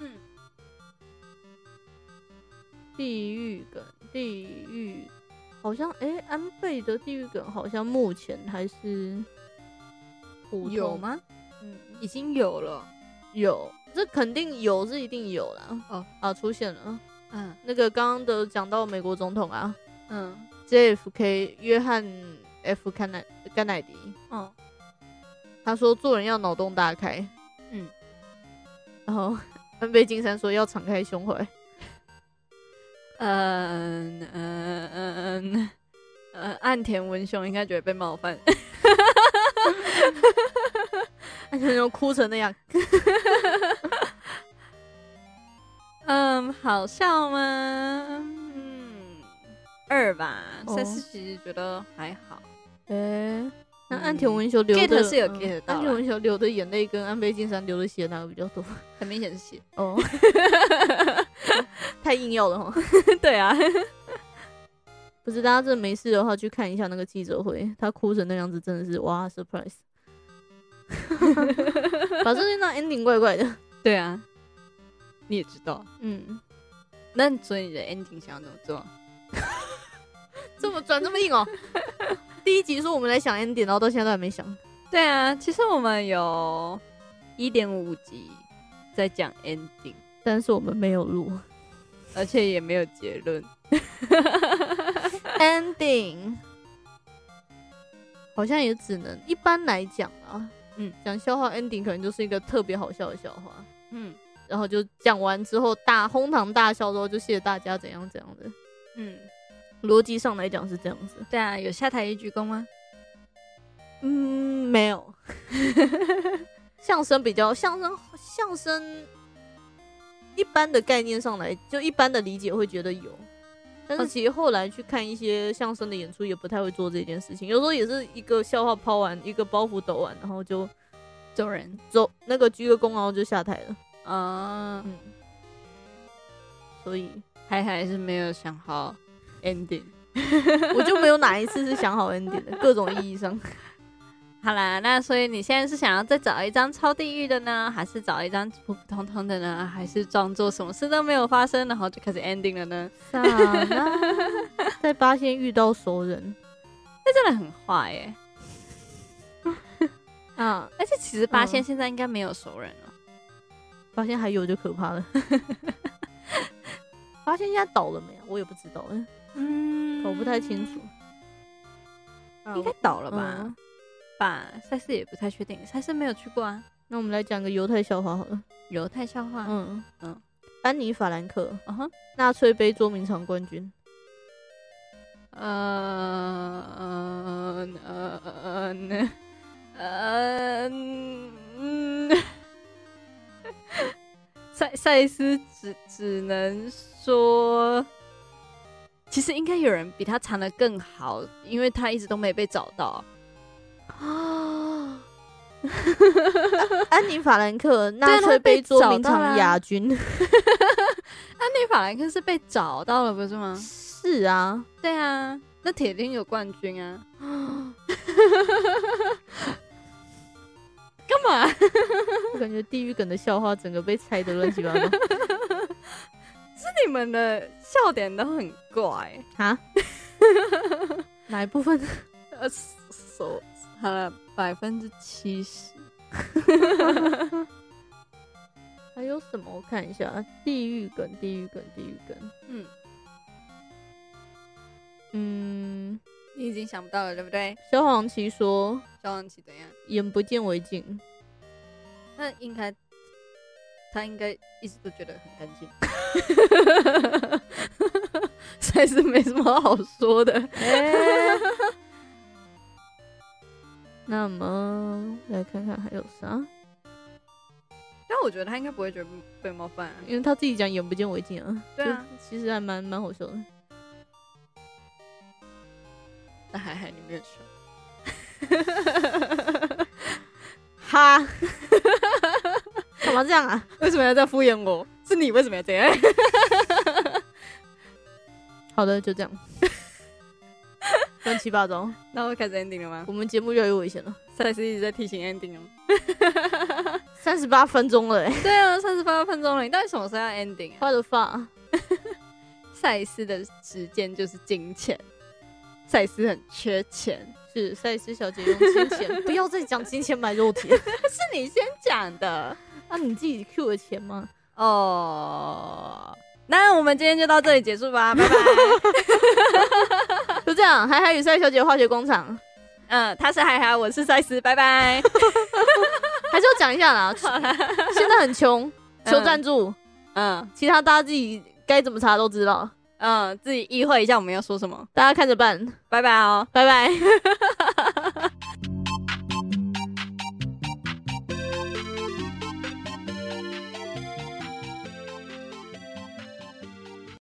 [SPEAKER 2] 嗯，
[SPEAKER 1] 地狱梗，地狱好像哎、安倍的地狱梗好像目前还是普通
[SPEAKER 2] 有？吗？
[SPEAKER 1] 嗯，
[SPEAKER 2] 已经有了。
[SPEAKER 1] 有，这肯定有是一定有啦。
[SPEAKER 2] 哦
[SPEAKER 1] 啊，出现了
[SPEAKER 2] 嗯
[SPEAKER 1] 那个刚刚的讲到美国总统啊
[SPEAKER 2] 嗯
[SPEAKER 1] ，JFK 约翰 F 甘乃甘乃迪，
[SPEAKER 2] 哦，
[SPEAKER 1] 他说做人要脑洞大开，
[SPEAKER 2] 嗯，
[SPEAKER 1] 然后安倍晋三说要敞开胸怀，
[SPEAKER 2] 嗯嗯嗯嗯，呃，岸田文雄应该觉得被冒犯。
[SPEAKER 1] 安全又哭成那 样，
[SPEAKER 2] 嗯，好笑吗？嗯，二吧，
[SPEAKER 1] 哦
[SPEAKER 2] 三四其实觉得还好。
[SPEAKER 1] 哎、那岸田文雄流的、
[SPEAKER 2] get 嗯是有 get 到啦啊
[SPEAKER 1] 岸田文雄流的眼泪跟安倍晋三流的血哪个比较多？
[SPEAKER 2] 很明显是写，
[SPEAKER 1] 哦， 太硬要了哈。
[SPEAKER 2] 对啊，
[SPEAKER 1] 不是大家真的没事的话，去看一下那个记者会，他哭成那样子，真的是哇 surprise。把这那 ending 怪怪的，
[SPEAKER 2] 对啊，你也知道。
[SPEAKER 1] 嗯，
[SPEAKER 2] 那所以你的 ending 想要怎么做？
[SPEAKER 1] 这么转这么 硬哦。第一集说我们来想 ending，然后到现在都还没想。
[SPEAKER 2] 对啊，其实我们有一点五集在讲 ending，
[SPEAKER 1] 但是我们没有录
[SPEAKER 2] 而且也没有结论。
[SPEAKER 1] ending。好像也只能一般来讲啊，
[SPEAKER 2] 嗯，
[SPEAKER 1] 讲笑话 ending 可能就是一个特别好笑的笑话，
[SPEAKER 2] 嗯
[SPEAKER 1] 然后就讲完之后大哄堂大笑之后就谢谢大家怎样怎样的，
[SPEAKER 2] 嗯，
[SPEAKER 1] 逻辑上来讲是这样子。
[SPEAKER 2] 对啊，有下台一鞠躬吗？
[SPEAKER 1] 嗯，没 有，相声比较相声相声一般的概念上来，就一般的理解会觉得有，但是
[SPEAKER 2] 嗯
[SPEAKER 1] 其实后来去看一些相声的演出，也不太会做这件事情。有时候也是一个笑话抛完，一个包袱抖完，然后就
[SPEAKER 2] 走人
[SPEAKER 1] 走那个鞠个躬，然后就下台了。
[SPEAKER 2] 啊，
[SPEAKER 1] 嗯，所 以
[SPEAKER 2] 还还是没有想好 ending。
[SPEAKER 1] 我就没有哪一次是想好 ending 的，各种意 义上。
[SPEAKER 2] 好啦，那所以你现在是想要再找一张超地狱的呢，还是找一张普普通通的呢，还是装作什么事都没有发生，然后就开始 ending 了呢？
[SPEAKER 1] 傻啦 在八仙遇到熟人
[SPEAKER 2] 这真的很坏耶、
[SPEAKER 1] 啊，
[SPEAKER 2] 而且其实八仙
[SPEAKER 1] 嗯
[SPEAKER 2] 现在应该没有熟人了，
[SPEAKER 1] 发现还有就可怕了。 发现现在倒了没有？我也不知道，嗯
[SPEAKER 2] 嗯
[SPEAKER 1] 我不太清楚。。
[SPEAKER 2] 应该倒了吧？
[SPEAKER 1] 嗯
[SPEAKER 2] 吧，赛事也不太确定，赛事没有去过啊。
[SPEAKER 1] 那我们来讲个犹太笑话好了。
[SPEAKER 2] 犹太笑话，嗯
[SPEAKER 1] 嗯嗯
[SPEAKER 2] 嗯，
[SPEAKER 1] 班尼法兰克
[SPEAKER 2] 哼，
[SPEAKER 1] 纳粹杯捉迷藏冠军，
[SPEAKER 2] 呃呃呃呃呃，嗯，赛赛斯只只能说，其实应该有人比他藏的更好，因为他一直都没被找到。
[SPEAKER 1] 啊！ 安妮法兰克纳
[SPEAKER 2] 对
[SPEAKER 1] 粹
[SPEAKER 2] 她被
[SPEAKER 1] 杯捉迷
[SPEAKER 2] 找到
[SPEAKER 1] 藏
[SPEAKER 2] 啦
[SPEAKER 1] 亚军，
[SPEAKER 2] 安妮法兰克是被找到了，不是吗？
[SPEAKER 1] 是啊，
[SPEAKER 2] 对啊，那铁定有冠军啊！ 干嘛？
[SPEAKER 1] 我感觉地狱梗的笑话整个被拆的乱七八糟
[SPEAKER 2] 你们的笑点都很怪。
[SPEAKER 1] 啊！ 哪一部分？
[SPEAKER 2] 呃，手好了，百分之七十。
[SPEAKER 1] 还有什么？我看一下，地狱梗，地狱梗，地狱梗。
[SPEAKER 2] 嗯，
[SPEAKER 1] 嗯，
[SPEAKER 2] 你已经想不到了，对不对？
[SPEAKER 1] 萧煌奇说
[SPEAKER 2] 萧煌奇怎样？：“
[SPEAKER 1] 眼不见为净。
[SPEAKER 2] 那应该，他应该一直都觉得很干 净，实在是没什么好说的。
[SPEAKER 1] 哎 那么来看看还有啥？
[SPEAKER 2] 但我觉得他应该不会觉得被冒犯、啊。
[SPEAKER 1] 因为他自己讲眼不见为净啊，
[SPEAKER 2] 对啊
[SPEAKER 1] 就，其实还蛮蛮好笑的。
[SPEAKER 2] 那还好你没有说。
[SPEAKER 1] 哈， 干嘛这样啊？
[SPEAKER 2] 为什么要在敷衍我？是你为什么要这样？
[SPEAKER 1] 好的，就这 样，乱七八糟。
[SPEAKER 2] 那我开始 ending 了吗？
[SPEAKER 1] 我们节目越来越危险了，
[SPEAKER 2] 赛斯一直在提醒 ending 哦。
[SPEAKER 1] 三十八分钟了、欸，
[SPEAKER 2] 对啊，三十八分钟了，你到底什么时候要 ending 啊？
[SPEAKER 1] 我的发。
[SPEAKER 2] 赛斯的时间就是金钱，赛斯很缺钱，
[SPEAKER 1] 是赛斯小姐用金 钱，不要再讲金钱买肉体了。
[SPEAKER 2] 是你先讲的
[SPEAKER 1] 啊，你自己 Q 的钱吗？
[SPEAKER 2] 哦。那我们今天就到这里结束吧， 拜拜。
[SPEAKER 1] 就这样，海海与赛小姐化学工厂，
[SPEAKER 2] 嗯，他是海海，我是赛斯，拜拜。
[SPEAKER 1] 还是要讲一下啦。现在很穷，求赞助，
[SPEAKER 2] 嗯
[SPEAKER 1] 其他大家自己该怎么查都知道，
[SPEAKER 2] 嗯，自己意会一下我们要说什么，
[SPEAKER 1] 大家看着办，
[SPEAKER 2] 拜拜哦。
[SPEAKER 1] 拜拜。